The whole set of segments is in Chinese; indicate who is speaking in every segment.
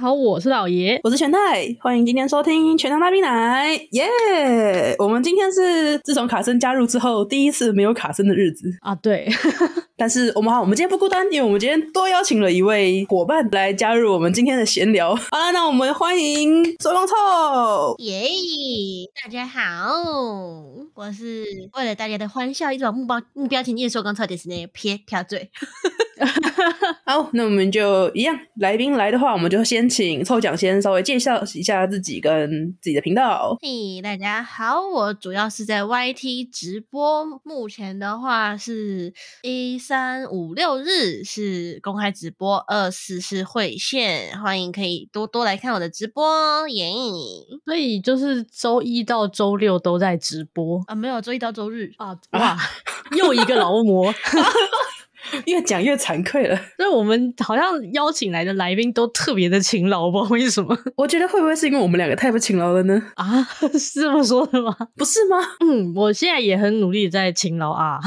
Speaker 1: 好，我是老爷。
Speaker 2: 我是全泰，欢迎今天收听《全糖大冰奶》，耶！我们今天是自从卡森加入之后第一次没有卡森的日子，
Speaker 1: 啊，对，
Speaker 2: 但是我们好，我们今天不孤单，因为我们今天多邀请了一位伙伴来加入我们今天的闲聊。好了，那我们欢迎周公臭。
Speaker 3: 耶大家好，我是为了大家的欢笑，一直把目标目标前进，说刚差点是那撇瓢嘴。
Speaker 2: 好，那我们就一样，来宾来的话，我们就先请臭奖先稍微介绍一下自己跟自己的频道。
Speaker 3: 嘿，大家好，我主要是在 YT 直播，目前的话是一三五六日是公开直播，二四是会线，欢迎可以多多来看我的直播，哦耶！
Speaker 1: 所以就是周一到周六都在直播
Speaker 3: 啊，没有周一到周日，
Speaker 1: 啊，哇
Speaker 2: 啊，
Speaker 1: 又一个劳模。
Speaker 2: 越讲越惭愧了，
Speaker 1: 所以我们好像邀请来的来宾都特别的勤劳，不知道为什么
Speaker 2: 我觉得会不会是因为我们两个太不勤劳了呢？
Speaker 1: 啊？ 是这么说的吗？
Speaker 2: 不是吗？
Speaker 1: 嗯，我现在也很努力地在勤劳啊。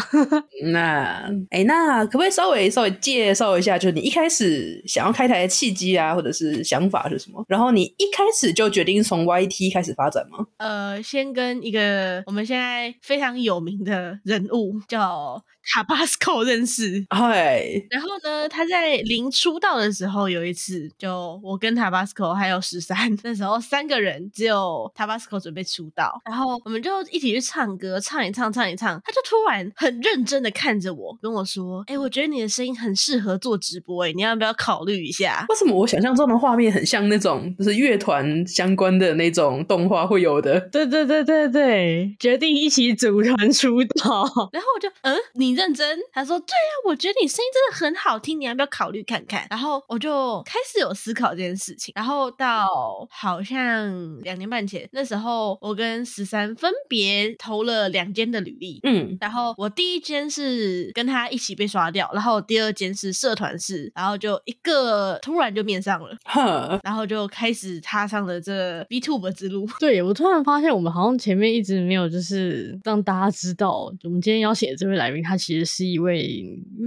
Speaker 2: 那哎、那可不可以稍微稍微介绍一下，就是你一开始想要开台的契机啊，或者是想法是什么？然后你一开始就决定从 YT 开始发展吗？
Speaker 3: 呃，先跟一个我们现在非常有名的人物叫 Tabasco 认识。
Speaker 2: 嗨，
Speaker 3: 然后呢，他在临出道的时候，有一次就我跟 Tabasco 还有十三，那时候三个人只有 Tabasco 准备出道，然后我们就一起去唱歌，唱一唱，唱一唱，他就突然很认真的看着我，跟我说：“哎、我觉得你的声音很适合做直播、哎，你要不要考虑一下？”
Speaker 2: 为什么我想象中的画面很像那种就是乐团相关的那种动画会有的？
Speaker 1: 对对对对对，决定一起组团出道。
Speaker 3: 然后我就嗯，你认真？他说对啊，我觉得你声音真的很好听，你要不要考虑看看？然后我就开始有思考这件事情。然后到好像两年半前，那时候我跟十三分别投了两间的履历。
Speaker 2: 嗯，
Speaker 3: 然后我第一间是跟他一起被刷掉，然后第二间是社团式，然后就一个突然就面上了，
Speaker 2: 哼，
Speaker 3: 然后就开始踏上了这 B Tube 之路。
Speaker 1: 对，我突然发现我们好像前面一直没有就是让大家知道，我们今天邀请的这位来宾，他其实是一位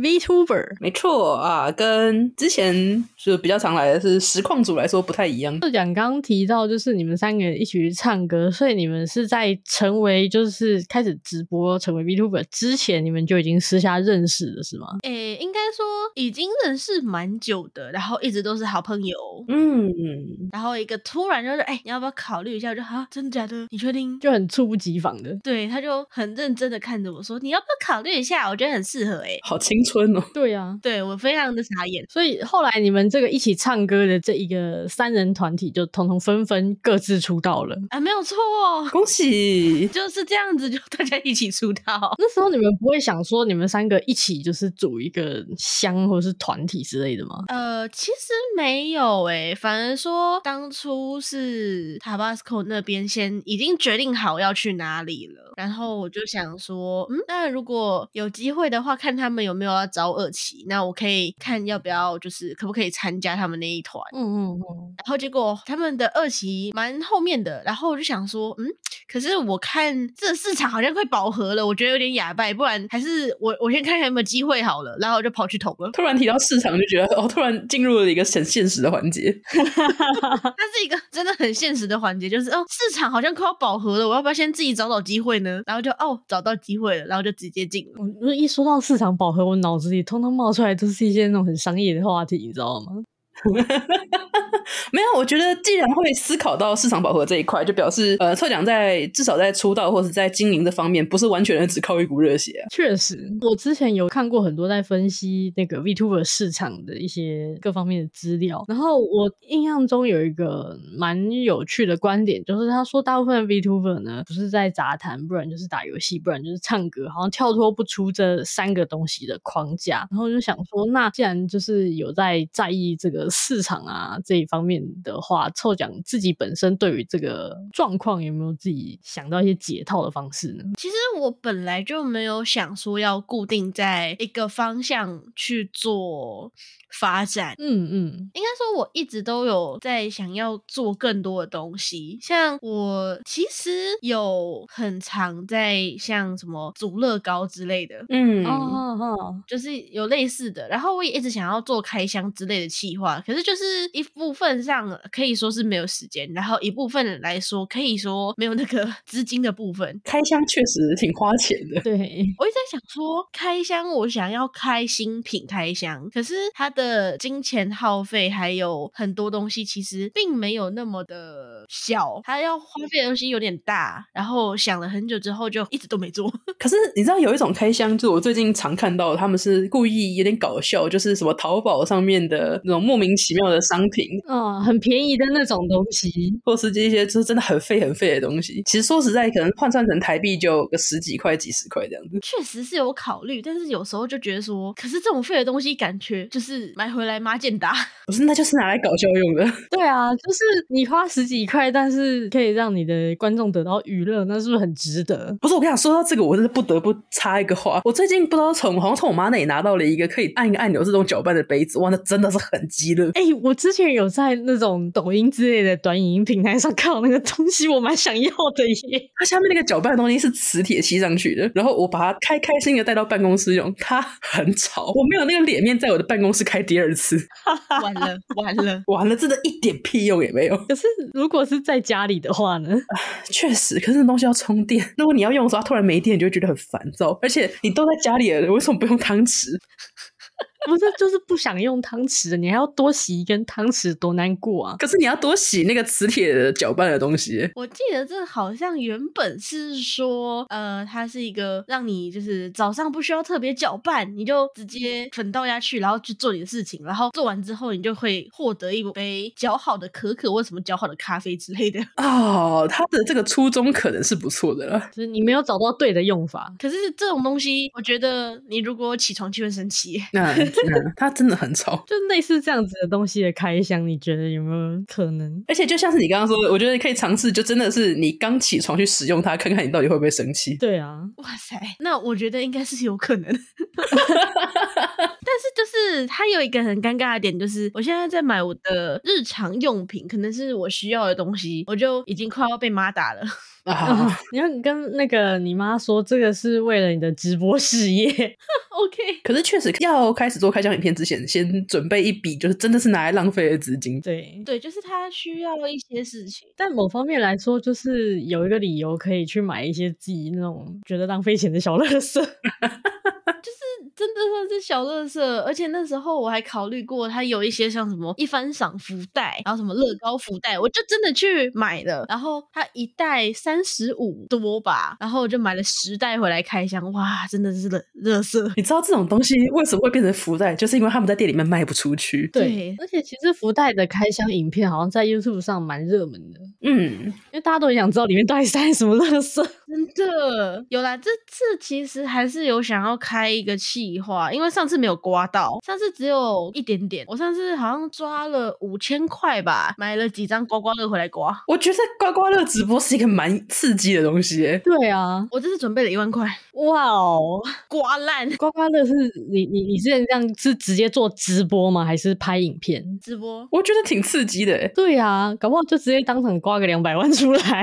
Speaker 1: VTuber。
Speaker 2: 没错啊，跟之前就比较常来的是实况组来说不太一样。
Speaker 1: 就讲刚刚提到，就是你们三个人一起去唱歌，所以你们是在成为就是开始直播成为 VTuber 之前，你们就已经私下认识了，是吗？
Speaker 3: 诶，应该说已经认识蛮久的，然后一直都是好朋友。
Speaker 2: 嗯，
Speaker 3: 然后一个突然就是，哎、你要不要考虑一下？我就啊，真的假的？你确定？
Speaker 1: 就很猝不及防的。
Speaker 3: 对，他就很认真的看着我说，你要不要考虑一下？我觉得很适合、欸。哎，
Speaker 2: 好青春哦。
Speaker 1: 对啊，
Speaker 3: 对我非常的傻眼。
Speaker 1: 所以后来你们这个一起唱歌的这一个三人团体，就统统纷纷各自出道了。
Speaker 3: 啊，没有错，
Speaker 2: 恭喜！
Speaker 3: 就是这样子，就大家一起出道。
Speaker 1: 那时候你们不会想说你们三个一起就是组一个乡或是团体之类的吗？
Speaker 3: 呃，其实没有诶、反而说当初是 Tabasco 那边先已经决定好要去哪里了，然后我就想说，嗯，那如果有机会的话，看他们有没有要找耳旗，那我可以看要不要，就是可不可以参加他们那一团。
Speaker 1: 嗯嗯嗯，
Speaker 3: 然后结果他们的二期蛮后面的，然后我就想说，嗯，可是我看这市场好像快饱和了，我觉得有点哑巴，不然还是我我先看看有没有机会好了，然后我就跑去投了。
Speaker 2: 突然提到市场，就觉得哦，突然进入了一个很现实的环节。
Speaker 3: 它是一个真的很现实的环节，就是哦，市场好像快要饱和了，我要不要先自己找找机会呢？然后就哦，找到机会了，然后就直接进了。
Speaker 1: 我就是嗯一说到市场饱和，我脑子里通通冒出来都是一些那种很商业的话题，你知道吗？
Speaker 2: 没有，我觉得既然会思考到市场饱和这一块，就表示呃，臭奖在至少在出道或是在经营这方面，不是完全的只靠一股热血啊、
Speaker 1: 确实，我之前有看过很多在分析那个 VTuber 市场的一些各方面的资料，然后我印象中有一个蛮有趣的观点，就是他说大部分的 VTuber 呢，不是在杂谈，不然就是打游戏，不然就是唱歌，好像跳脱不出这三个东西的框架。然后我就想说，那既然就是有在在意这个市场啊这一方面的话，臭奖自己本身对于这个状况有没有自己想到一些解套的方式呢？
Speaker 3: 其实我本来就没有想说要固定在一个方向去做发展。
Speaker 1: 嗯嗯，
Speaker 3: 应该说，我一直都有在想要做更多的东西。像我其实有很常在像什么组乐高之类的，
Speaker 2: 嗯，
Speaker 1: 哦哦，
Speaker 3: 就是有类似的。然后我也一直想要做开箱之类的企划，可是就是一部分上可以说是没有时间，然后一部分来说可以说没有那个 资金的部分。
Speaker 2: 开箱确实挺花钱的。
Speaker 1: 对，
Speaker 3: 我一直在想说，开箱我想要开新品开箱，可是它的金钱耗费还有很多东西，其实并没有那么的小，它要花费的东西有点大。然后想了很久之后，就一直都没做。
Speaker 2: 可是你知道有一种开箱，就是我最近常看到，他们是故意有点搞笑，就是什么淘宝上面的那种莫名其妙的商品，
Speaker 1: 哦，很便宜的那种东西，
Speaker 2: 或是这些就是真的很废很废的东西。其实说实在，可能换算成台币就有个十几块、几十块这样子。
Speaker 3: 确实是有考虑，但是有时候就觉得说，可是这种废的东西，感觉就是买回来妈 见打。
Speaker 2: 不是，那就是拿来搞笑用的。
Speaker 1: 对啊，就是你花十几块，但是可以让你的观众得到娱乐，那是不是很值得？
Speaker 2: 不是，我跟你讲，说到这个，我真的不得不插一个话。我最近不知道从好像从我妈那里拿到了一个可以按一个按钮自动搅拌的杯子，哇，那真的是很鸡肋。
Speaker 1: 哎、我之前有在那种抖音之类的短影音平台上 看到那个东西，我蛮想要的耶。
Speaker 2: 它下面那个搅拌的东西是磁铁吸上去的，然后我把它开开心的带到办公室用，它很吵，我没有那个脸面在我的办公室开第二次，
Speaker 3: 完了完了，
Speaker 2: 完了，真的一点屁用也没有。
Speaker 1: 可是如果是在家里的话呢？
Speaker 2: 确实，可是那东西要充电，如果你要用的时候它突然没电，你就会觉得很烦躁，而且你都在家里了，为什么不用汤匙？
Speaker 1: 不是，就是不想用汤匙的，你还要多洗一根汤匙，多难过啊！
Speaker 2: 可是你要多洗那个磁铁的搅拌的东西。
Speaker 3: 我记得这好像原本是说，呃，它是一个让你就是早上不需要特别搅拌，你就直接粉倒下去，然后去做你的事情，然后做完之后你就会获得一杯搅好的可可或什么搅好的咖啡之类的。
Speaker 2: 哦，它的这个初衷可能是不错的了。
Speaker 1: 就是你没有找到对的用法，
Speaker 3: 可是这种东西，我觉得你如果起床就会生气。
Speaker 2: 那、 那它真的很吵，
Speaker 1: 就类似这样子的东西的开箱，你觉得有没有可能？
Speaker 2: 而且就像是你刚刚说的，我觉得可以尝试，就真的是你刚起床去使用它，看看你到底会不会生气。
Speaker 1: 对啊，
Speaker 3: 哇塞，那我觉得应该是有可 能，但是就是它有一个很尴尬的点，就是我现在在买我的日常用品，可能是我需要的东西，我就已经快要被妈打了。
Speaker 2: 啊，
Speaker 1: 嗯你要跟那个你妈说，这个是为了你的直播事业，
Speaker 3: OK，
Speaker 2: 可是确实要开始做开箱影片之前，先准备一笔，就是真的是拿来浪费的资金。
Speaker 1: 对。
Speaker 3: 对，就是它需要一些事情。
Speaker 1: 但某方面来说，就是有一个理由可以去买一些自己那种觉得浪费钱的小乐色。
Speaker 3: 真的算是小乐色，而且那时候我还考虑过，它有一些像什么一番赏福袋，然后什么乐高福袋，我就真的去买了。然后它一袋三十五多吧，然后我就买了十袋回来开箱，哇，真的是乐乐色。
Speaker 2: 你知道这种东西为什么会变成福袋，就是因为他们在店里面卖不出去。
Speaker 3: 对
Speaker 1: 而且其实福袋的开箱影片好像在 YouTube 上蛮热门的，
Speaker 2: 嗯，
Speaker 1: 因为大家都很想知道里面到底塞什么乐色。
Speaker 3: 真的有啦，这次其实还是有想要开一个企划，因为上次没有刮到，上次只有一点点。我上次好像抓了五千块吧，买了几张刮刮乐回来刮。
Speaker 2: 我觉得刮刮乐直播是一个蛮刺激的东西耶。
Speaker 1: 对啊，
Speaker 3: 我这次准备了一万块，
Speaker 1: 哇哦，
Speaker 3: 刮烂
Speaker 1: 刮刮乐是你你你之前这样是直接做直播吗？还是拍影片？
Speaker 3: 直播。
Speaker 2: 我觉得挺刺激的耶，
Speaker 1: 对啊，搞不好就直接当场刮个两百万出来。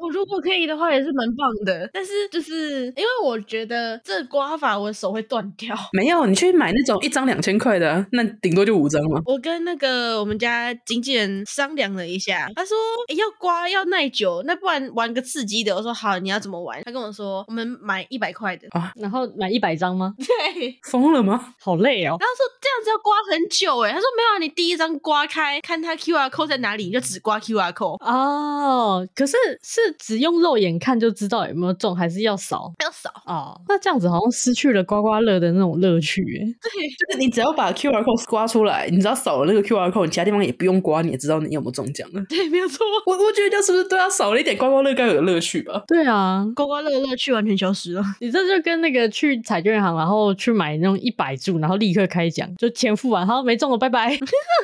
Speaker 3: 我哦如果可以的话，也是蛮棒的。但是就是因为我觉得这刮法我手会断掉。
Speaker 2: 没有你去买那种一张两千块的啊、那顶多就五张嘛。
Speaker 3: 我跟那个我们家经纪人商量了一下，他说、诶要刮要耐久，那不然玩个刺激的。我说好，你要怎么玩？他跟我说我们买一百块的。
Speaker 1: 然后买一百张吗？
Speaker 3: 对，
Speaker 2: 疯了吗？
Speaker 1: 好累哦。
Speaker 3: 然后说这样子要刮很久诶、他说没有啊，你第一张刮开看他 QR code 在哪里，你就只刮 QR code。
Speaker 1: 哦，可是是只用肉眼看就知道有没有中，还是要扫？
Speaker 3: 要扫，
Speaker 1: 哦，那这样子好像失去了刮刮乐的那种乐趣耶。
Speaker 2: 就是你只要把 QR code 刮出来，你只要扫了那个 QR code，你其他地方也不用刮，你也知道你有没有中奖 了。
Speaker 3: 对，没有错，
Speaker 2: 我我觉得这样是不是对他少了一点刮刮乐该有的乐趣吧？
Speaker 1: 对啊，
Speaker 3: 刮刮乐乐趣完全消失了。
Speaker 1: 你这就跟那个去彩券行，然后去买那种一百注，然后立刻开奖，就钱付完，好没中了，拜拜。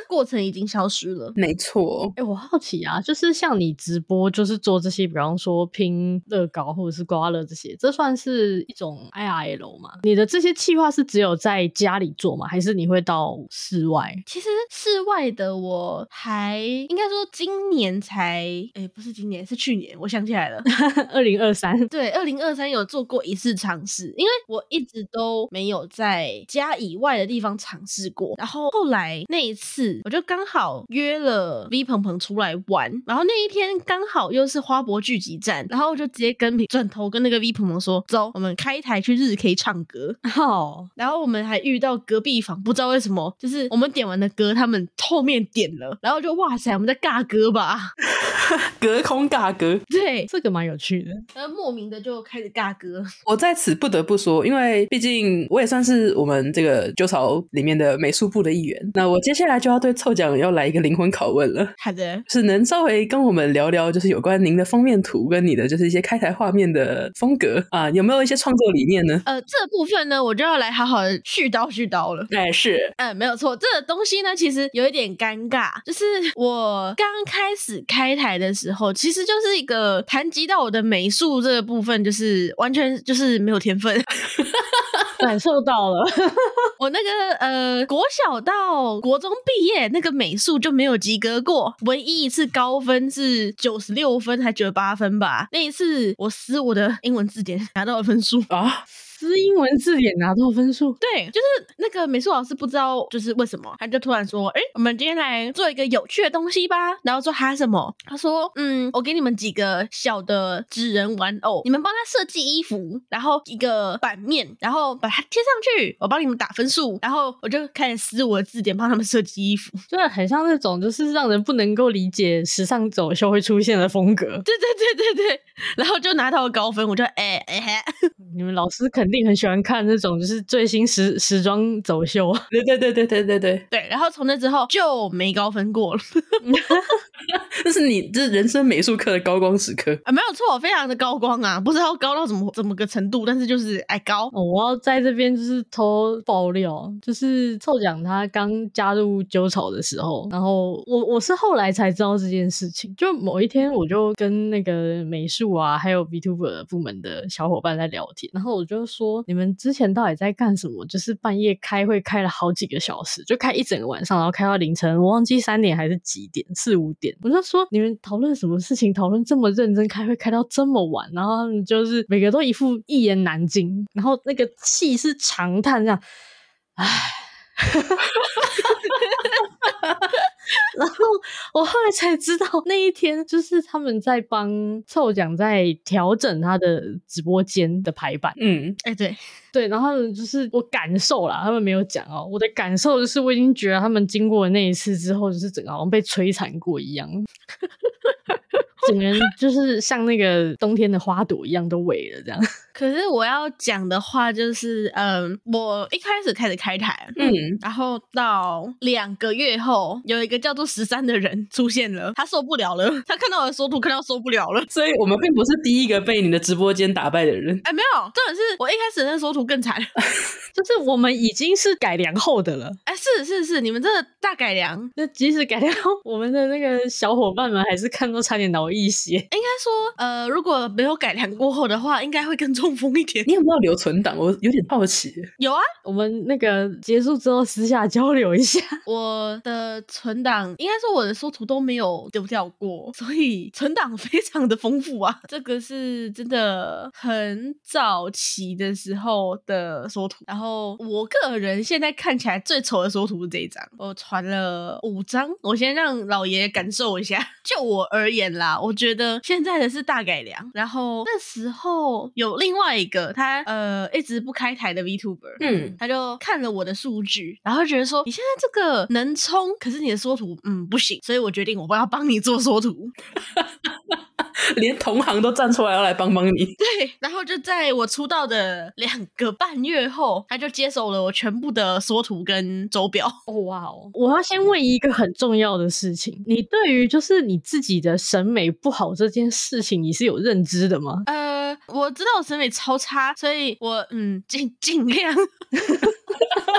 Speaker 3: 过程已经消失了。
Speaker 2: 没错，
Speaker 1: 哎、我好奇啊，就是像你直播，就是做这些，比方说拼乐高或者是刮乐这些，这算是一种 IRL 吗？你的这些计划是只有在家里做吗？还是你会到室外？
Speaker 3: 其实室外的我还应该说今年才，诶、不是今年，是去年，我想起来了，
Speaker 1: 二零二三，
Speaker 3: 对，二零二三有做过一次尝试，因为我一直都没有在家以外的地方尝试过。然后后来那一次，我就刚好约了 V 鹏鹏出来玩，然后那一天刚好又是花博聚集站，然后我就直接跟 转头跟那个 V 鹏鹏说：“走，我们开台去日 K 唱歌。”
Speaker 1: 好，
Speaker 3: 然后我们还遇到隔壁房，不知道为什么，就是我们点完的歌，他们后面点了，然后就哇塞，我们在尬歌吧？
Speaker 2: 隔空尬歌。
Speaker 3: 对，
Speaker 1: 这个蛮有 趣的。
Speaker 3: 然后莫名的就开始尬歌。
Speaker 2: 我在此不得不说，因为毕竟我也算是我们这个旧潮里面的美术部的一员。那我接下来就要对臭奖要来一个灵魂拷问了。
Speaker 3: 好的，
Speaker 2: 就是能稍微跟我们聊聊，就是有关您的封面图跟你的就是一些开台画面的风格啊，有没有一些创作理念呢？
Speaker 3: 呃，这部分呢，我就要来好好的絮叨絮叨了。
Speaker 2: 哎，是
Speaker 3: 嗯，没有错，这个东西呢，其实有一点尴尬，就是我刚开始开台的时候，其实就是一个谈及到我的美术这个部分，就是完全就是没有天分。
Speaker 1: 感受到了，
Speaker 3: 我那个呃，国小到国中毕业，那个美术就没有及格过，唯一一次高分是九十六分还九十八分吧。那一次我撕我的英文字典 拿到了分数。
Speaker 2: 啊，
Speaker 1: 撕英文字典拿到分数，
Speaker 3: 对，就是那个美术老师不知道就是为什么，他就突然说：“哎、我们今天来做一个有趣的东西吧。”然后说他什么？他说：“嗯，我给你们几个小的纸人玩偶，你们帮他设计衣服，然后一个版面，然后把它贴上去，我帮你们打分数。”然后我就开始撕我的字典，帮他们设计衣服。
Speaker 1: 就是很像那种就是让人不能够理解时尚走秀会出现的风格。
Speaker 3: 对对对对对，然后就拿到了高分，我就哎哎、嘿
Speaker 1: 你们老师肯定很喜欢看那种就是最新时时装走秀，
Speaker 2: 对对对对对对对，
Speaker 3: 对，然后从那之后就没高分过了。
Speaker 2: 这是你这是人生美术课的高光时刻。
Speaker 3: 啊，没有错，非常的高光啊，不知道高到怎么怎么个程度，但是就是哎高。
Speaker 1: 哦，我要在这边就是偷爆料，就是臭奖他刚加入纠草的时候，然后我我是后来才知道这件事情。就某一天，我就跟那个美术啊，还有 VTuber 部门的小伙伴在聊天，然后我就说，你们之前到底在干什么？就是半夜开会开了好几个小时，就开一整个晚上，然后开到凌晨，我忘记三点还是几点，四五点。我就说，你们讨论什么事情？讨论这么认真，开会开到这么晚，然后他们就是每个都一副一言难尽，然后那个气是长叹这样，唉。 然后我后来才知道，那一天就是他们在帮臭奖在调整他的直播间的排版。
Speaker 2: 嗯，
Speaker 3: 哎，对，
Speaker 1: 对，然后他们就是我感受啦，他们没有讲哦。我的感受就是，我已经觉得他们经过那一次之后，就是整个好像被摧残过一样， 整个人就是像那个冬天的花朵一样都萎了这样。
Speaker 3: 可是我要讲的话就是，嗯，我一开始开始开台，
Speaker 2: 嗯，
Speaker 3: 然后到两个月后，有一个叫做十三的人出现了，他受不了了，他看到我的缩图，看到受不了了。
Speaker 2: 所以我们并不是第一个被你的直播间打败的人。
Speaker 3: 哎，没有，重点是我一开始那缩图更惨。
Speaker 1: 就是我们已经是改良后的了，
Speaker 3: 哎，是是是，你们真的大改良，应
Speaker 1: 那即使改良后，我们的那个小伙伴们还是看到差点脑溢血。
Speaker 3: 该说，呃，如果没有改良过后的话，应该会更中风一点。
Speaker 2: 你有没有留存档？我有点好奇。
Speaker 3: 有啊，
Speaker 1: 我们那个结束之后私下交流一下，
Speaker 3: 我的存档应该说我的缩图都没有丢掉过，所以存档 非常的丰富啊。这个是真的很早期的时候的缩图，然后我个人现在看起来最丑的缩图是这一张，我传了五张，我先让老爷感受一下。 就我而言啦，我觉得现在的是大改良，然后那时候有另外一个他呃一直不开台的 Vtuber，
Speaker 2: 嗯，
Speaker 3: 他就看了我的数据，然后觉得说哦你现在这个能冲，可是你的缩图嗯不行，所以我决定我要帮你做缩图。
Speaker 2: 连同行都站出来要来帮帮你。
Speaker 3: 对，然后就在我出道的两个半月后，他就接手了我全部的缩图跟手表。
Speaker 1: 哦哇哦！我要先问一个很重要的事情，你对于就是你自己的审美不好这件事情，你是有认知的吗？
Speaker 3: 呃，我知道我审美超差，所以我嗯尽尽量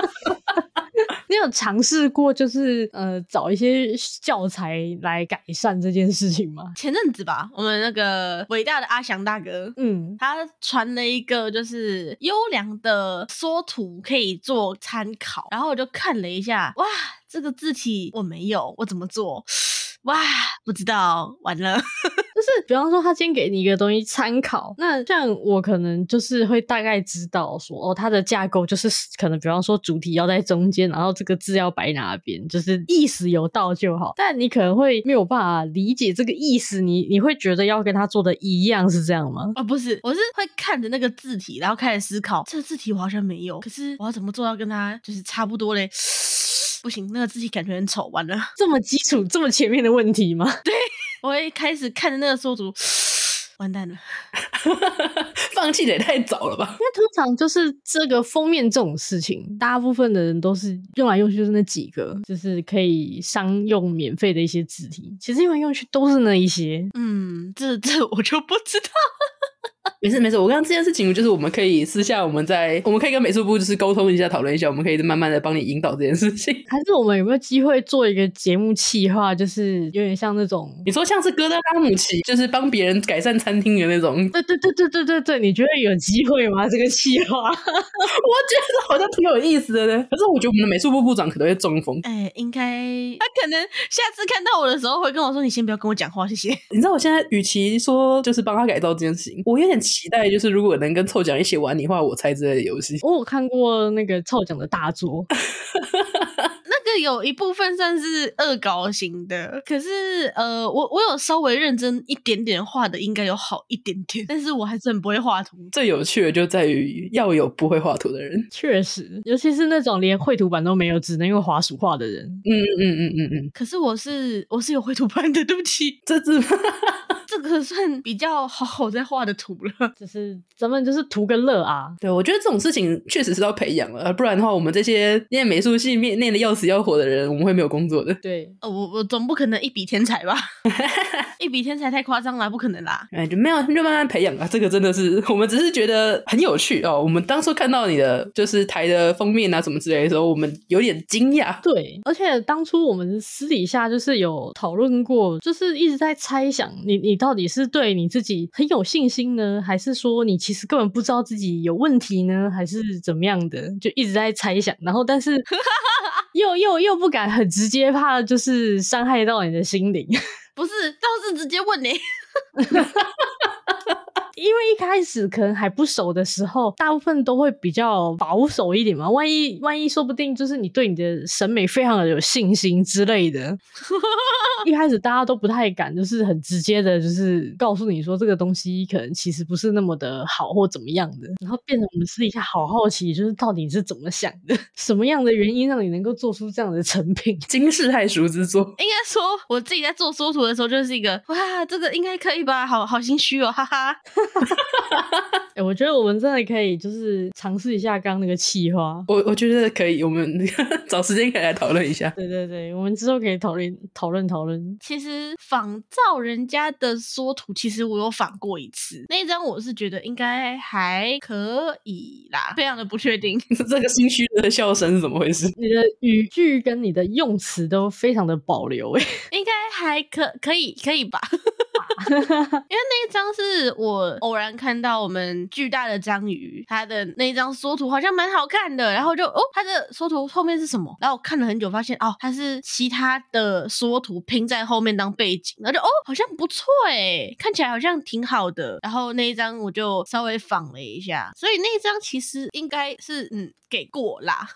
Speaker 1: 你有尝试过就是呃找一些教材来改善这件事情吗？
Speaker 3: 前阵子吧，我们那个伟大的阿翔大哥，
Speaker 1: 嗯，
Speaker 3: 他传了一个就是优良的缩图可以做参考，然后我就看了一下，哇，这个字体我没有，我怎么做？ 哇，不知道，完了。
Speaker 1: 就是比方说他今天给你一个东西参考，那像我可能就是会大概知道说哦，它的架构就是可能比方说主体要在中间，然后这个字要摆哪边，就是意思有到就好。但你可能会没有办法理解这个意思，你你会觉得要跟他做的一样是这样吗？
Speaker 3: 哦，不是，我是会看着那个字体，然后开始思考，这个字体我好像没有，可是我要怎么做到跟它就是差不多嘞？ 不行，那个字体感觉很丑，完了。
Speaker 1: 这么基础、这么前面的问题吗？
Speaker 3: 我会开始看着那个缩图， 完蛋了。
Speaker 2: 放弃的也太早了吧？
Speaker 1: 因为通常就是这个封面这种事情，大部分的人都是用来用去就是那几个，就是可以商用免费的一些字体，其实用来用去都是那一些。
Speaker 3: 嗯，这这我就不知道。
Speaker 2: 没事没事，我刚刚这件事情就是我们可以私下我们在我们可以跟美术部就是沟通一下，讨论一下，我们可以慢慢的帮你引导这件事情。
Speaker 1: 还是我们有没有机会做一个节目企划，就是有点像那种。
Speaker 2: 你说像是戈登拉姆齐，就是帮别人改善餐厅的那种， 我觉
Speaker 1: 对对对对对对对，你觉得有机会吗？这个企划
Speaker 2: 得好像挺有意思的呢。可是我觉得我们的美术部部长可能会中风。
Speaker 3: 哎，应该他可能下次看到我的时候会跟我说：“你先不要跟我讲话，谢谢。
Speaker 2: 你知道我现在与其说就是帮他改造这件事情，我有点期待，就是如果能跟臭奖一起玩你画我猜之类的游戏。
Speaker 1: 我有看过那个臭奖的大作，”
Speaker 3: 那个有一部分算是恶搞型的，可是呃，我我有稍微认真一点点画的，应该有好一点点，但是我还是很不会画图。
Speaker 2: 最有趣的就在于要有不会画图的人。嗯
Speaker 1: 确实，尤其是那种连绘图板都没有，只能用滑鼠画的人，
Speaker 2: 嗯嗯嗯嗯嗯嗯，
Speaker 3: 可是我是我是有绘图班的，对不起，
Speaker 2: 这次
Speaker 3: 这个算比较好好在画的图了。
Speaker 1: 就是咱们就是图个乐啊，
Speaker 2: 对我觉得这种事情确实是要培养了，不然的话，我们这些念美术系念念的要死要活的人，我们会没有工作的。
Speaker 1: 对，
Speaker 3: 呃，我我总不可能一笔天才吧？ 一笔天才太夸张了，不可能啦。
Speaker 2: 哎，就没有，就慢慢培养啊。这个真的是，我们只是觉得很有趣哦。我们当初看到你的就是台的封面啊什么之类的时候，我们有点惊讶。
Speaker 1: 对，而且当初我们私底下就是有讨论过，就是一直在猜想你你到底是对你自己很有信心呢，还是说你其实根本不知道自己有问题呢，还是怎么样的？就一直在猜想，然后但是又又又不敢很直接，怕就是伤害到你的心灵。
Speaker 3: 不是，倒是直接问你。
Speaker 1: 因为一开始可能还不熟的时候，大部分都会比较保守一点嘛。万一万一，说不定就是你对你的审美非常的有信心之类的。一开始大家都不太敢，就是很直接的，就是告诉你说这个东西可能其实不是那么的好或怎么样的。然后变成我们私底下好好奇，就是到底是怎么想的，什么样的原因让你能够做出这样的成品？
Speaker 2: 惊世骇俗之作，
Speaker 3: 应该说，我自己在做缩图的时候，就是一个哇，这个应该可以吧，好好心虚哦，哈哈。
Speaker 1: 哎、我觉得我们真的可以就是尝试一下刚刚那个气话。
Speaker 2: 我我觉得可以，我们 找时间可以来讨论一下。
Speaker 1: 对对对，我们之后可以讨论讨论讨论。
Speaker 3: 其实仿照人家的缩图，其实我有仿过一次，那一张我是觉得应该还可以啦，非常的不确定。
Speaker 2: 这个心虚的笑声是怎么回事？
Speaker 1: 你的语句跟你的用词都非常的保留哎、
Speaker 3: 应该还可可以可以吧。因为那一张是我偶然看到我们巨大的章鱼，它的那一张缩图好像蛮好看的，然后就哦，它的缩图后面是什么？然后我看了很久，发现哦，它是其他的缩图拼在后面当背景，然后就哦，好像不错诶，看起来好像挺好的。然后那一张我就稍微仿了一下，所以那一张其实应该是嗯给过啦。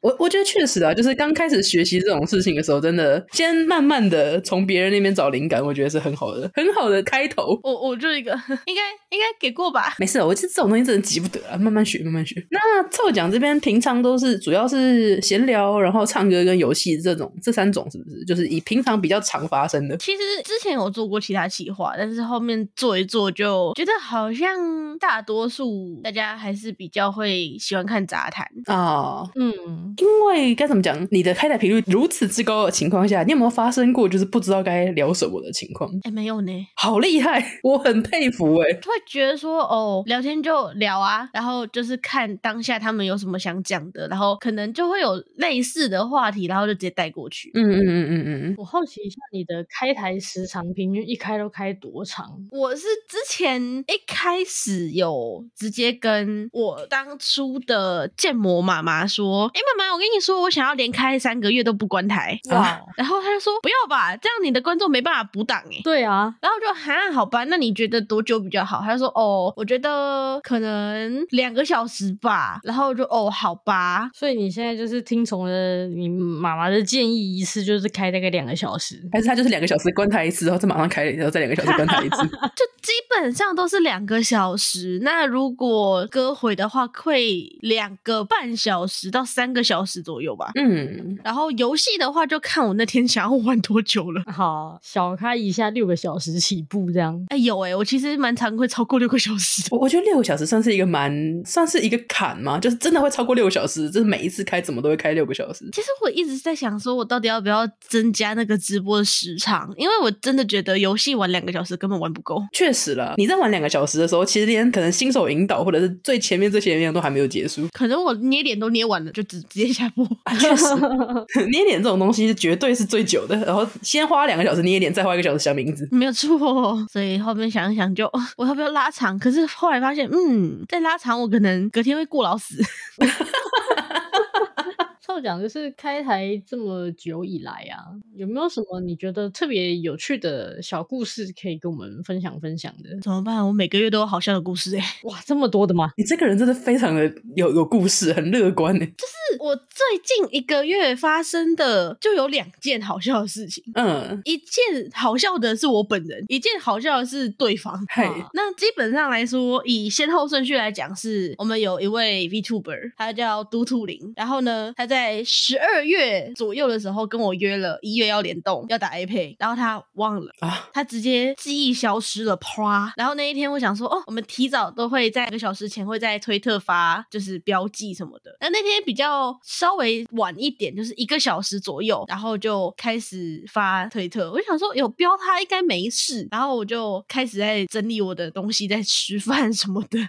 Speaker 2: 我我觉得确实啊，就是刚开始学习这种事情的时候，真的先慢慢的从别人那边找灵感，我觉得是很好的，很好的开头。
Speaker 3: 我我就一个 应该应该给过吧，
Speaker 2: 没事，我这这种东西真的急不得啊，慢慢学，慢慢学。那臭奖这边平常都是主要是闲聊，然后唱歌跟游戏这种这三种，是不是？就是以平常比较常发生的。
Speaker 3: 其实之前有做过其他企划，但是后面做一做就觉得好像大多数大家还是比较会喜欢看杂谈。
Speaker 2: 啊、
Speaker 1: 嗯，
Speaker 2: 因为该怎么讲，你的开台频率如此之高的情况下，你有没有发生过就是不知道该聊什么的情况？
Speaker 3: 哎，没有呢，
Speaker 2: 好厉害， 我很佩服哎、
Speaker 3: 会觉得说哦，聊天就聊啊，然后就是看当下他们有什么想讲的，然后可能就会有类似的话题，然后就直接带过去。
Speaker 2: 嗯嗯嗯嗯嗯嗯，
Speaker 1: 我好奇一下你的开台时长，平均一开都开多长？
Speaker 3: 我是之前一开始有直接跟我当初的建模妈妈说：“哎、妈妈，我跟你说，我想要连开三个月都不关台。”
Speaker 2: 啊
Speaker 3: 哇！然后她就说：“不要吧，这样你的观众没办法补档哎。”
Speaker 1: 对啊，
Speaker 3: 然后我就哈，好吧，那你觉得多久比较好？他就说哦，我觉得可能两个小时吧。然后我就哦，好吧，
Speaker 1: 所以你现在就是听从了你妈妈的建议，一次就是开大概两个小时。
Speaker 2: 还是他就是两个小时关台一次，然后再马上开，然后再两个小时关台一 次。
Speaker 3: 就基本上都是两个小时。那如果割回的话，会两个半小时到三个小时左右吧。
Speaker 2: 嗯，
Speaker 3: 然后游戏的话，就看我那天想要玩多久了。
Speaker 1: 好，小开一下六个小时起步这样。
Speaker 3: 哎、有哎、我其实蛮常会超过六个小时。
Speaker 2: 我我觉得六个小时算是一个蛮算是一个坎嘛，就是真的会超过六个小时，就是每一次开怎么都会开六个小时。
Speaker 3: 其实我一直在想，说我到底要不要增加那个直播的时长，因为我真的觉得游戏玩两个小时根本玩不够。。
Speaker 2: 确实啦，你在玩两个小时的时候，其实连可能新手引导或者是最前面最前面都还没有结束
Speaker 3: 可能我捏脸都捏完了，就直直接下播。
Speaker 2: 啊确实，捏脸这种东西绝对是最久的。然后先花两个小时捏脸，再花一个小时想名字。
Speaker 3: 没有错，所以后面想一想就， 我要不要拉长？可是后来发现，嗯，再拉长我可能隔天会过劳死。
Speaker 1: 臭讲就是开台这么久以来啊，有没有什么你觉得特别有趣的小故事可以跟我们分享分享的？
Speaker 3: 怎么办？我每个月都有好笑的故事哎、
Speaker 1: 哇，这么多的吗？
Speaker 2: 你这个人真的非常的有有故事，很乐观欸呢。
Speaker 3: 是 我最近一个月发生的就有两件好笑的事情。
Speaker 2: 嗯，
Speaker 3: 一件好笑的是我本人，一件好笑的是对方。
Speaker 2: 嘿，
Speaker 1: 啊
Speaker 3: 那基本上来说，以先后顺序来讲是，我们有一位 VTuber，他叫嘟兔林，然后呢，他在十二月左右的时候跟我约了一月要联动，要打 A 配，然后他忘了。
Speaker 2: 啊，
Speaker 3: 他直接记忆消失了，啪！然后那一天我想说，哦，我们提早都会在一个小时前会在推特发，就是标记什么的。那那天比较稍微晚一点，就是一个小时左右，然后就开始发推特。我就想说，有标他应该没事。然后我就开始在整理我的东西，在吃饭什么的。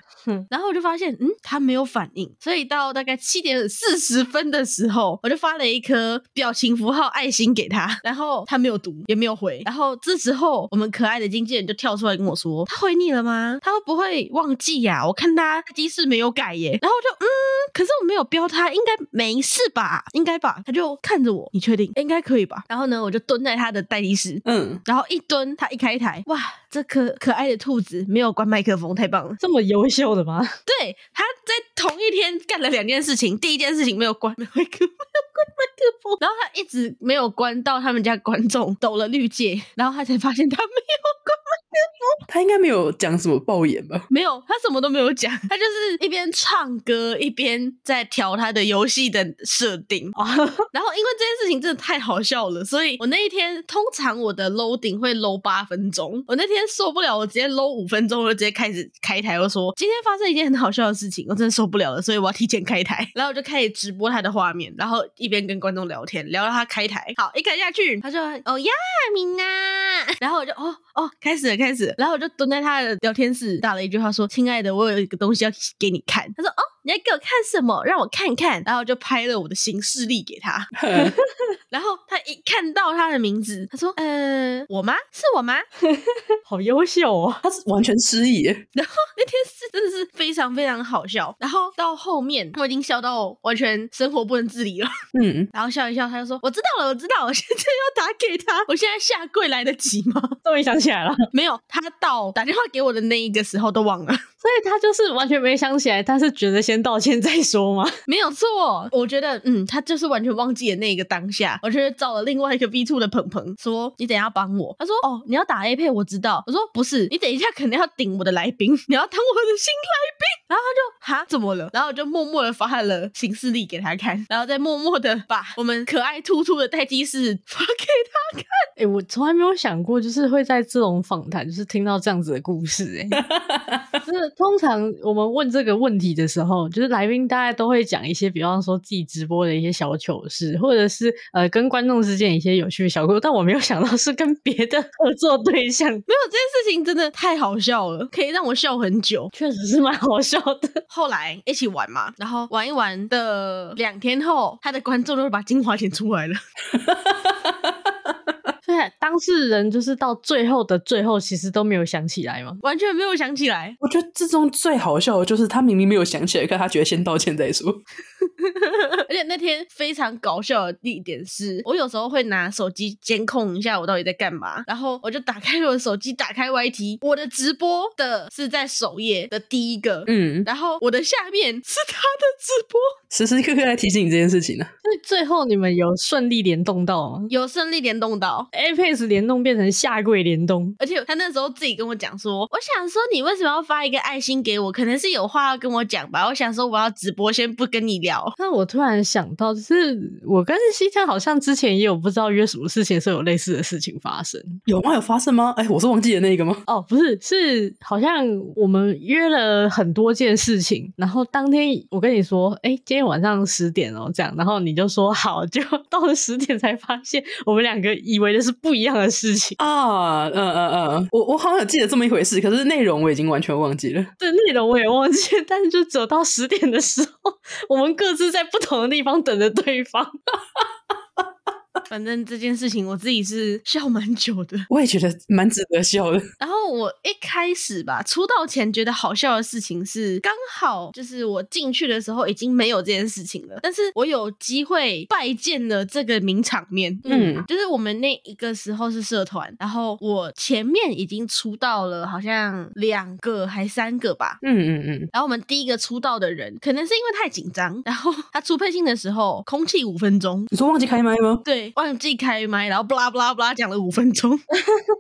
Speaker 3: 然后我就发现，嗯，他没有反应，所以到大概七点四十分的时候，我就发了一颗表情符号爱心给他，然后他没有读，也没有回。然后这时候，我们可爱的经纪人就跳出来跟我说：“他回你了吗？他会不会忘记呀、我看他机式没有改耶。”然后我就嗯，可是我没有标他，应该没事吧？应该吧？他就看着我，你确定？应该可以吧？然后呢，我就蹲在他的待机室，
Speaker 2: 嗯，
Speaker 3: 然后一蹲，他一开台，哇，这可可爱的兔子没有关麦克风，太棒了。
Speaker 1: 这么优秀的吗？
Speaker 3: 对，他在同一天干了两件事情。第一件事情没有关麦克，没有关麦克风，然后他一直没有关到他们家观众抖了绿界，然后他才发现他没有关。
Speaker 2: 他应该没有讲什么爆眼吧？
Speaker 3: 没有，他什么都没有讲，他就是一边唱歌一边在调他的游戏的设定。然后因为这件事情真的太好笑了，所以我那一天通常我的 loading 会 load 八分钟，我那天受不了，我直接 load 五分钟，我就直接开始开台，我说今天发生一件很好笑的事情，我真的受不了了，所以我要提前开台。然后我就开始直播他的画面，然后一边跟观众聊天，聊到他开台。好，一开下去，他就哦呀明啊， 然后我就哦哦开始了开始了，然后我就蹲在他的聊天室打了一句话说：“亲爱的，我有一个东西要给你看。”他说：“哦。”你要给我看什么？让我看看，然后我就拍了我的行事历给他，
Speaker 2: 哼
Speaker 3: 然后他一看到他的名字，他说：“呃，我吗？是我吗？”
Speaker 1: 好优秀哦！
Speaker 2: 他是完全失忆耶。
Speaker 3: 然后那天是真的是非常非常好笑。然后到后面我已经笑到完全生活不能自理了，
Speaker 2: 嗯，
Speaker 3: 然后笑一笑，他就说：“我知道了，我 知道，我现在要打给他，我现在下跪来得及吗
Speaker 1: 终于想起来了，？”
Speaker 3: 没有，他到打电话给我的那一个时候都忘了。
Speaker 1: 所以他就是完全没想起来，他是觉得先道歉再说吗？
Speaker 3: 没有错，我觉得，嗯，他就是完全忘记了那个当下。我就找了另外一个 B two 的鹏鹏说：“你等一下帮我。”他说：“哦，你要打 A 配，我知道。”我说：“不是，你等一下可能要顶我的来宾，你要当我的新来宾。”然后他就哈怎么了？然后我就默默的发了行事历给他看，然后再默默的把我们可爱突突的待机室发给他。
Speaker 1: 哎、我从来没有想过，就是会在这种访谈，就是听到这样子的故事、 欸。哎，就是通常我们问这个问题的时候，就是来宾大概都会讲一些，比方说自己直播的一些小糗事，或者是呃跟观众之间一些有趣的小故事。但我没有想到是跟别的合作对象，
Speaker 3: 没有这件事情真的太好笑了，可以让我笑很久。
Speaker 1: 确实是蛮好笑的。
Speaker 3: 后来一起玩嘛，然后玩一玩的两天后，他的观众都会把精华剪出来了。
Speaker 1: 所以当事人就是到最后的最后，其实都没有想起来嘛。
Speaker 3: 完全没有想起来。
Speaker 2: 我觉得这种最好笑的就是他明明没有想起来，可他觉得先道歉再说。
Speaker 3: 而且那天非常搞笑的地点是，我有时候会拿手机监控一下我到底在干嘛，然后我就打开我的手机，打开 YT，我的直播的是在首页的第一个。
Speaker 2: 嗯，
Speaker 3: 然后我的下面是他的直播，
Speaker 2: 时时刻刻来提醒你这件事情呢、啊
Speaker 1: 所以最后你们有顺利联动到吗
Speaker 3: 有胜利联动到，
Speaker 1: ？Apex 联动变成下跪联动，
Speaker 3: 而且他那时候自己跟我讲说，我想说你为什么要发一个爱心给我，可能是有话要跟我讲吧。我想说我要直播，先不跟你聊。
Speaker 1: 那我突然想到，就是我跟西江好像之前也有不知道约什么事情的时候有类似的事情发生
Speaker 2: 有吗？有发生吗？哎、我是忘记了那个吗？
Speaker 1: 哦，不是，是好像我们约了很多件事情，然后当天我跟你说，哎，今天晚上十点哦，这样，然后你就说好，就到了十点才发现我们两个以为的是不一样的事情，
Speaker 2: 啊，嗯嗯嗯，我我好像有记得这么一回事，可是内容我已经完全忘记了。
Speaker 1: 这内容我也忘记， 但是就只有到十点的时候，我们各自在不同的地方等着对方。
Speaker 3: 反正这件事情我自己是笑蛮久的。
Speaker 2: 我也觉得蛮值得笑的。
Speaker 3: 然后我一开始吧，出道前觉得好笑的事情是，刚好就是我进去的时候已经没有这件事情了，但是我有机会拜见了这个名场面。
Speaker 2: 嗯
Speaker 3: 就是我们那一个时候是社团，然后我前面已经出道了，好像两个还三个吧。
Speaker 2: 嗯嗯嗯，
Speaker 3: 然后我们第一个出道的人，可能是因为太紧张，然后他出配信的时候空气五分钟，
Speaker 2: 你说忘记开麦吗？
Speaker 3: 对，忘记开麦，然后布拉布拉布拉讲了五分钟。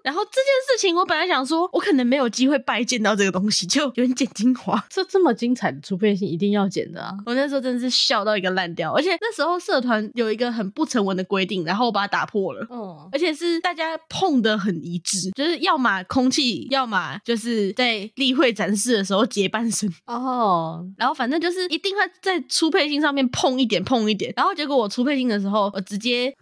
Speaker 3: 然后这件事情，我本来想说，我可能没有机会拜见到这个东西，就有点剪精华。
Speaker 1: 这这么精彩的出片性一定要剪的啊！
Speaker 3: 我那时候真的是笑到一个烂掉，而且那时候社团有一个很不成文的规定，然后我把它打破了。
Speaker 1: 嗯，
Speaker 3: 而且是大家碰的很一致，就是要么空气，要么就是在例会展示的时候结伴声，
Speaker 1: 哦，
Speaker 3: 然后反正就是一定会在初配信上面碰一点碰一点。然后结果我初配信的时候，我直接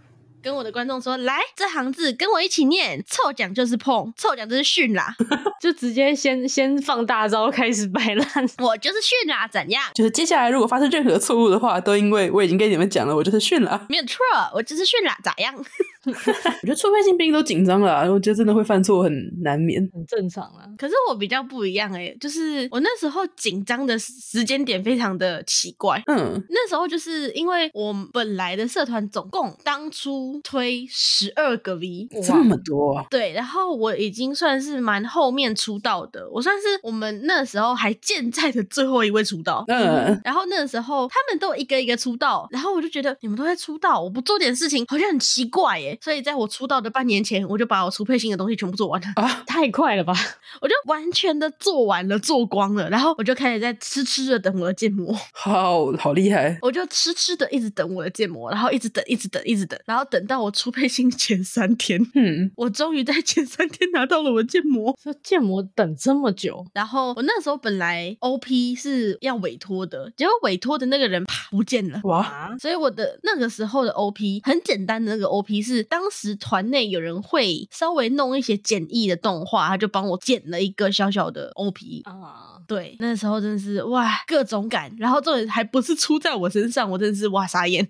Speaker 3: 跟我的观众说：“来，这行字跟我一起念，凑奖就是碰，凑奖就是训啦，
Speaker 1: 就直接先先放大招开始摆烂。
Speaker 3: 我就是训啦，怎样？
Speaker 2: 就是接下来如果发生任何错误的话，都因为我已经跟你们讲了，我就是训了啊。
Speaker 3: 没有错，我就是训啦，咋样？
Speaker 2: 我觉得出配信毕竟都紧张了啊、我觉得真的会犯错，很难免。
Speaker 1: 很正常啊。
Speaker 3: 可是我比较不一样诶、就是我那时候紧张的时间点非常的奇怪。”
Speaker 2: 嗯，
Speaker 3: 那时候就是因为我本来的社团总共当初推十二个 V，
Speaker 2: 这么多啊、
Speaker 3: 对，然后我已经算是蛮后面出道的，我算是我们那时候还健在的最后一位出道。
Speaker 2: 嗯，
Speaker 3: 然后那时候他们都一个一个出道，然后我就觉得你们都在出道，我不做点事情好像很奇怪耶。所以在我出道的半年前，我就把我出配信的东西全部做完了，
Speaker 2: 啊，
Speaker 1: 太快了吧！
Speaker 3: 我就完全的做完了，做光了，然后我就开始在痴痴的等我的建模，
Speaker 2: 好好厉害。
Speaker 3: 我就痴痴的一直等我的建模，然后一直等，一直等，一直等，然后等到我出配信前三天，
Speaker 2: 嗯，
Speaker 3: 我终于在前三天拿到了我的建模。
Speaker 1: 说建模等这么久，
Speaker 3: 然后我那时候本来 OP 是要委托的，结果委托的那个人啪不见了。
Speaker 2: 哇，
Speaker 3: 所以我的那个时候的 OP 很简单的那个 OP 是当时团内有人会稍微弄一些简易的动画，他就帮我剪了一个小小的 OP。
Speaker 1: 啊，
Speaker 3: 对，那时候真的是哇，各种感，然后重点还不是出在我身上，我真的是哇傻眼。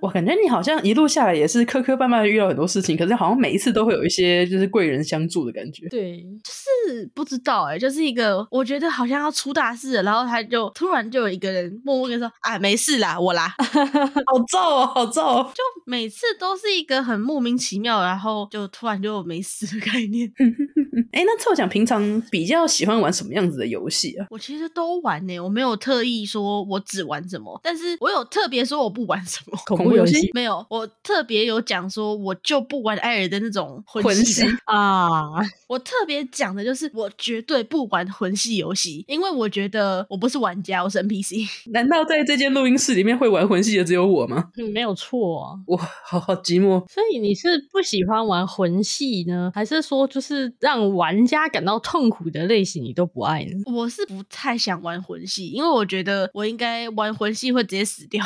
Speaker 2: 我感觉你好像一路下来也是磕磕绊绊地遇到很多事情，可是好像每一次都会有一些就是贵人相助的感觉。
Speaker 1: 对，
Speaker 3: 是不知道哎、就是一个我觉得好像要出大事了，然后他就突然就有一个人默默跟说啊没事啦，我啦，
Speaker 2: 好燥哦，好燥哦！
Speaker 3: 就每次都是一个很莫名其妙，然后就突然就没事的概念。
Speaker 2: 哎，那臭奖平常比较喜欢玩什么样子的游戏啊？
Speaker 3: 我其实都玩欸呢、我没有特意说我只玩什么，但是我有特别说我不玩什么。
Speaker 1: 恐
Speaker 2: 恐
Speaker 1: 怖
Speaker 2: 怖
Speaker 1: 游
Speaker 2: 游
Speaker 1: 戏
Speaker 2: 戏
Speaker 3: 没有，我特别有讲说，我就不玩艾尔的那种魂
Speaker 2: 魂
Speaker 3: 系的
Speaker 2: 系
Speaker 1: 啊，
Speaker 3: 我特别讲的就是，我绝对不玩魂系游戏，因为我觉得我不是玩家，我是 NPC。
Speaker 2: 难道在这间录音室里面会玩魂系的只有我吗？
Speaker 1: 嗯没有错啊。
Speaker 2: 我好好寂寞。
Speaker 1: 所以你是不喜欢玩魂系呢，还是说就是让玩家感到痛苦的类型你都不爱呢？
Speaker 3: 我是不太想玩魂系，因为我觉得我应该玩魂系会直接死掉。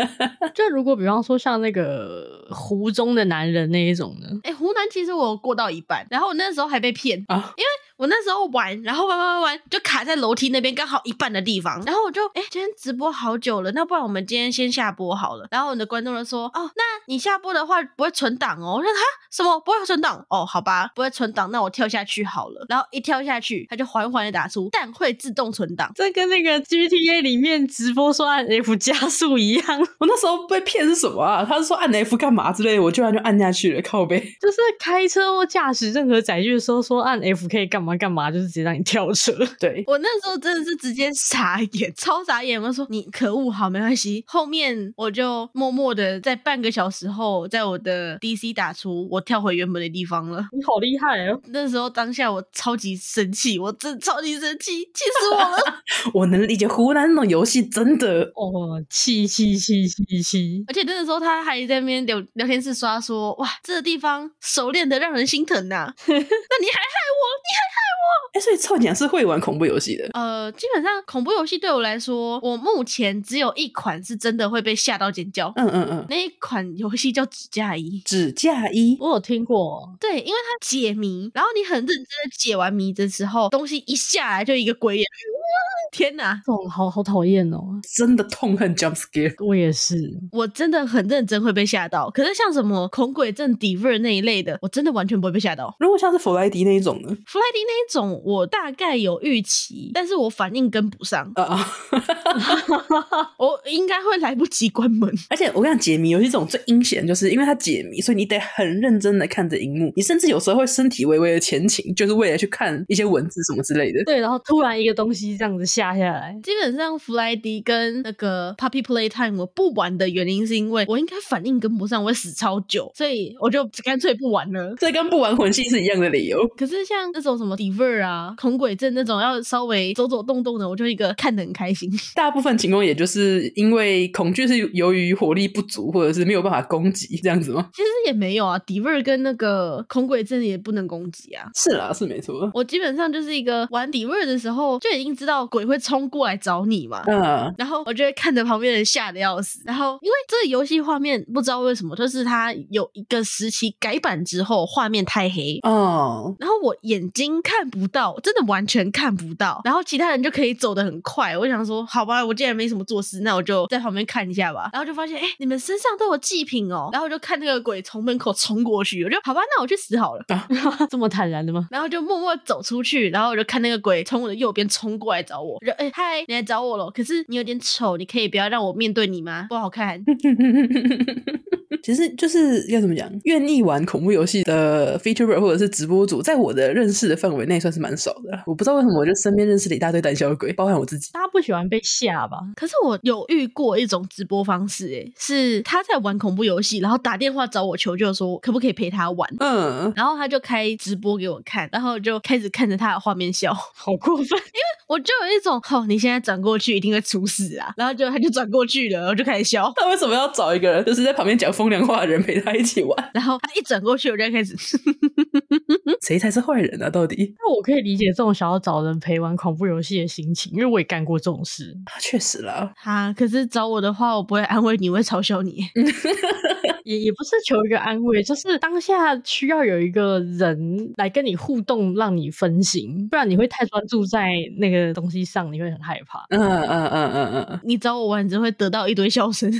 Speaker 1: 就如果比方说像那个湖中的男人那一种呢？
Speaker 3: 哎、湖南其实我有过到一半，然后我那时候还被骗。
Speaker 2: 啊，
Speaker 3: 我那时候玩，然后玩玩玩玩，就卡在楼梯那边刚好一半的地方，然后我就哎，诶今天直播好久了，那不然我们今天先下播好了。然后我的观众就说，哦，那你下播的话不会存档哦？我说哈什么不会存档？哦，好吧，不会存档，那我跳下去好了。然后一跳下去，它就缓缓的打出，但会自动存档。
Speaker 1: 这跟那个 GTA 里面直播说按 F 加速一样，
Speaker 2: 我那时候被骗是什么啊？他是说按 F 干嘛之类的，我居然就按下去了，靠背。
Speaker 1: 就是开车或驾驶任何载具的时候说按 F 可以干嘛干嘛，就是直接让你跳车。
Speaker 2: 对，
Speaker 3: 我那时候真的是直接傻眼， 超傻眼。我说你可恶，好没关系。后面我就默默的在半个小时后，在我的 DC 打出，我跳回原本的地方了。
Speaker 1: 你好厉害哦！
Speaker 3: 那时候当下我超级生气，我真的超级生气，气死我了！
Speaker 2: 我能理解湖南那种游戏真的。
Speaker 1: 哦，气气气气气！
Speaker 3: 而且那个时候他还在那边聊聊天室刷说，哇，这个地方熟练的让人心疼呐、那你还
Speaker 2: 哎，所以臭奖是会玩恐怖游戏的。
Speaker 3: 呃，基本上恐怖游戏对我来说，我目前只有一款是真的会被吓到尖叫，
Speaker 2: 嗯嗯嗯，
Speaker 3: 那一款游戏叫《指甲衣》。
Speaker 2: 指甲衣。
Speaker 1: 我有听过，
Speaker 3: 对，因为它解谜，然后你很认真的解完谜的时候，东西一下来就一个鬼眼，天哪！
Speaker 1: 这种好好讨厌哦。
Speaker 2: 真的痛恨 jump scare，
Speaker 1: 我也是，
Speaker 3: 我真的很认真会被吓到。可是像什么恐鬼症、d i v e r 那一类的，我真的完全不会被吓到。
Speaker 2: 如果像是弗莱迪那一种呢？
Speaker 3: 弗莱迪那一种，我大概有预期，但是我反应跟不上，
Speaker 2: 啊啊！
Speaker 3: 我应该会来不及关门。
Speaker 2: 而且我跟你讲，解谜游戏这种最阴险，就是因为它解谜，所以你得很认真的看着荧幕，你甚至有时候会身体微微的前倾，就是为了去看一些文字什么之类的。
Speaker 1: 对，然后突然一个东西这样子下下来，
Speaker 3: 基本上，弗莱迪跟那个 Puppy Playtime 我不玩的原因是因为我应该反应跟不上，我会死超久，所以我就干脆不玩了。
Speaker 2: 这跟不玩魂系是一样的理由。
Speaker 3: 可是像那种什么 Diver 啊、恐鬼症那种要稍微走走动动的，我就一个看得很开心。
Speaker 2: 大部分情况也就是因为恐惧是由于火力不足，或者是没有办法攻击这样子吗？
Speaker 3: 其实也没有啊，Diver 跟那个恐鬼症也不能攻击啊。
Speaker 2: 是啦，是没错。
Speaker 3: 我基本上就是一个玩 Diver 的时候就已经知道鬼会冲过来找你嘛。
Speaker 2: 嗯，
Speaker 3: 然后我就会看着旁边人吓得要死。然后因为这个游戏画面不知道为什么，就是它有一个时期改版之后画面太黑，
Speaker 2: 哦，
Speaker 3: 然后我眼睛看不到，真的完全看不到。然后其他人就可以走得很快。我想说，好吧，我既然没什么做事，那我就在旁边看一下吧。然后就发现，哎、你们身上都有祭品哦。然后我就看那个鬼从门口冲过去，我就好吧，那我去死好了。
Speaker 1: 这么坦然的吗？
Speaker 3: 然后就默默走出去，然后我就看那个鬼从我的右边冲过来找我，我就哎、嗨，你来找我了，可是你有点丑，你可以不要让我面对你吗？不好看。
Speaker 2: 其实就是要怎么讲，愿意玩恐怖游戏的 featurer 或者是直播主，在我的认识的范围内算是蛮少的啦。我不知道为什么，我就身边认识了一大堆胆小鬼，包含我自己。
Speaker 1: 大家不喜欢被吓吧？
Speaker 3: 可是我有遇过一种直播方式、哎，是他在玩恐怖游戏，然后打电话找我求救，说可不可以陪他玩。
Speaker 2: 嗯，
Speaker 3: 然后他就开直播给我看，然后就开始看着他的画面笑，
Speaker 1: 好过分！
Speaker 3: 我就有一种哦，你现在转过去一定会出事啊！然后就他就转过去了，我就开始笑，
Speaker 2: 他为什么要找一个人，就是在旁边讲风凉话的人陪他一起玩？
Speaker 3: 然后他一转过去，我就开始
Speaker 2: 谁才是坏人啊？到底？
Speaker 1: 那我可以理解这种想要找人陪玩恐怖游戏的心情，因为我也干过这种事。
Speaker 2: 啊确实啦，
Speaker 3: 哈，可是找我的话，我不会安慰你，我会嘲笑你。
Speaker 1: 也也不是求一个安慰，就是当下需要有一个人来跟你互动，让你分心，不然你会太专注在那个东西上，你会很害怕。
Speaker 2: 嗯嗯嗯嗯嗯嗯。
Speaker 3: 你找我玩，只会得到一堆笑声。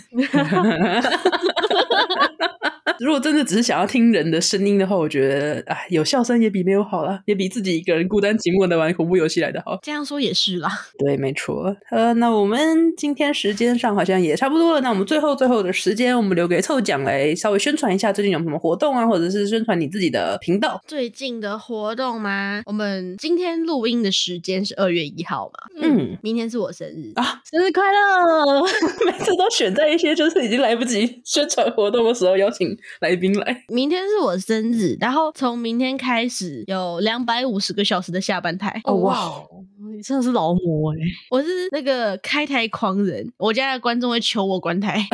Speaker 2: 如果真的只是想要听人的声音的话，我觉得哎，有笑声也比没有好啦，也比自己一个人孤单寂寞的玩恐怖游戏来的好。
Speaker 3: 这样说也是啦，
Speaker 2: 对，没错。呃，那我们今天时间上好像也差不多了。那我们最后最后的时间，我们留给凑奖来稍微宣传一下最近有什么活动啊，或者是宣传你自己的频道。
Speaker 3: 最近的活动吗？我们今天录音的时间是二月一号嘛，
Speaker 2: 嗯，
Speaker 3: 明天是我生日
Speaker 2: 啊，
Speaker 1: 生日快乐！
Speaker 2: 每次都选在一些就是已经来不及宣传活动的时候邀请来宾来。
Speaker 3: 明天是我生日，然后从明天开始有两百五十个小时的下班台。
Speaker 2: 哦哇
Speaker 1: 哦，你真的是劳模哎、
Speaker 3: 我是那个开台狂人，我家的观众会求我关台。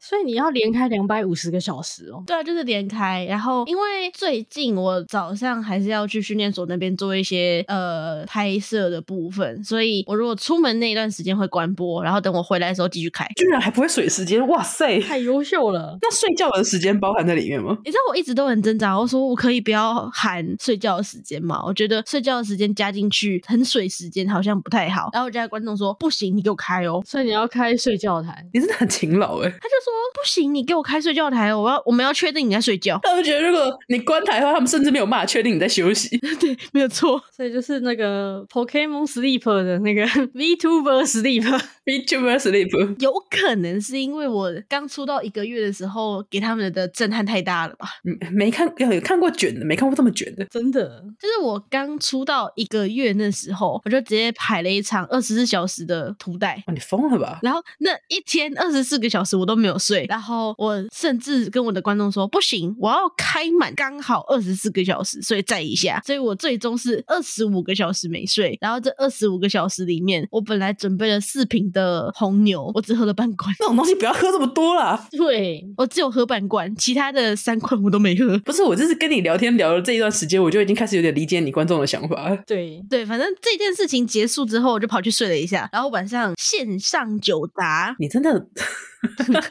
Speaker 1: 所以你要连开两百五十个小时哦。
Speaker 3: 对啊，就是连开。然后因为最近我早上还是要去训练所那边做一些呃拍摄的部分，所以我如果出门那一段时间会关播，然后等我回来的时候继续开。
Speaker 2: 居然还不会水时间，哇塞！
Speaker 1: 太优秀了，
Speaker 2: 那睡觉的时间包含在里面吗？
Speaker 3: 你知道我一直都很挣扎，我说我可以不要含睡觉的时间嘛？我觉得睡觉的时间加进去很水时间好像不太好。然后我家的观众说不行，你给我开哦。
Speaker 1: 所以你要开睡觉台。
Speaker 2: 你真的很勤劳哎、
Speaker 3: 他就说不行，你给我开睡觉台哦，我要我们要确定你在睡觉。
Speaker 2: 他们觉得如果你关台的话，他们甚至没有办法确定你在休息。
Speaker 3: 对，没有错。
Speaker 1: 所以就是那个 Pokemon Sleep 的那个 VTuber Sleep，
Speaker 2: VTuber sleep，
Speaker 3: 有可能是因为我刚出道一个月的时候，给他们的震撼太大了吧？
Speaker 2: 嗯没看有有看过卷的，没看过这么卷的。
Speaker 1: 真的
Speaker 3: 就是我刚出道一个月那时候，我就直接排了一场二十四小时的图带。
Speaker 2: 哦哇，你疯了吧？
Speaker 3: 然后那一天二十四个小时我都没有睡，然后我甚至跟我的观众说不行，我要开满刚好二十四个小时，所以再一下，所以我最终是二十五个小时没睡。然后这二十五个小时里面，我本来准备了四瓶的红牛，我只喝了半罐，
Speaker 2: 那种东西不要喝这么多啦。
Speaker 1: 对，
Speaker 3: 我只有喝半罐，其他的三罐我都没喝。
Speaker 2: 不是，我就是跟你聊天聊了这一段时间，我就已经开始有点理解你观众的想法了。
Speaker 1: 对，
Speaker 3: 对，反正这件事情结束之后，我就跑去睡了一下，然后晚上线上酒达。
Speaker 2: 你真的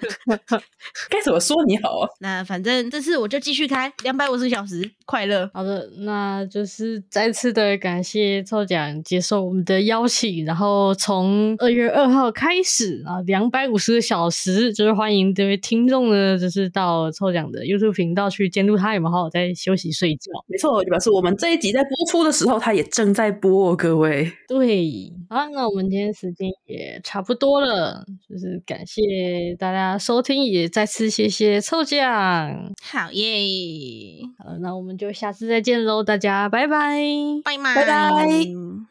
Speaker 2: 该怎么说你好啊？
Speaker 3: 那反正这次我就继续开两百五十个小时，快乐。
Speaker 1: 好的，那就是再次的感谢抽奖接受我们的邀请，然后从二月二号开始啊，两百五十个小时，就是欢迎这位听众呢，就是到抽奖的 YouTube 频道去监督他有没有好好在休息睡觉。
Speaker 2: 没错，就表示我们这一集在播出的时候，它也正在播、哦，各位。
Speaker 1: 对，好啦，那我们今天时间也差不多了，就是感谢大家收听，也再次谢谢臭酱。
Speaker 3: 好耶，
Speaker 1: 好了，那我们就下次再见喽，大家拜拜。
Speaker 3: 拜拜
Speaker 2: 拜拜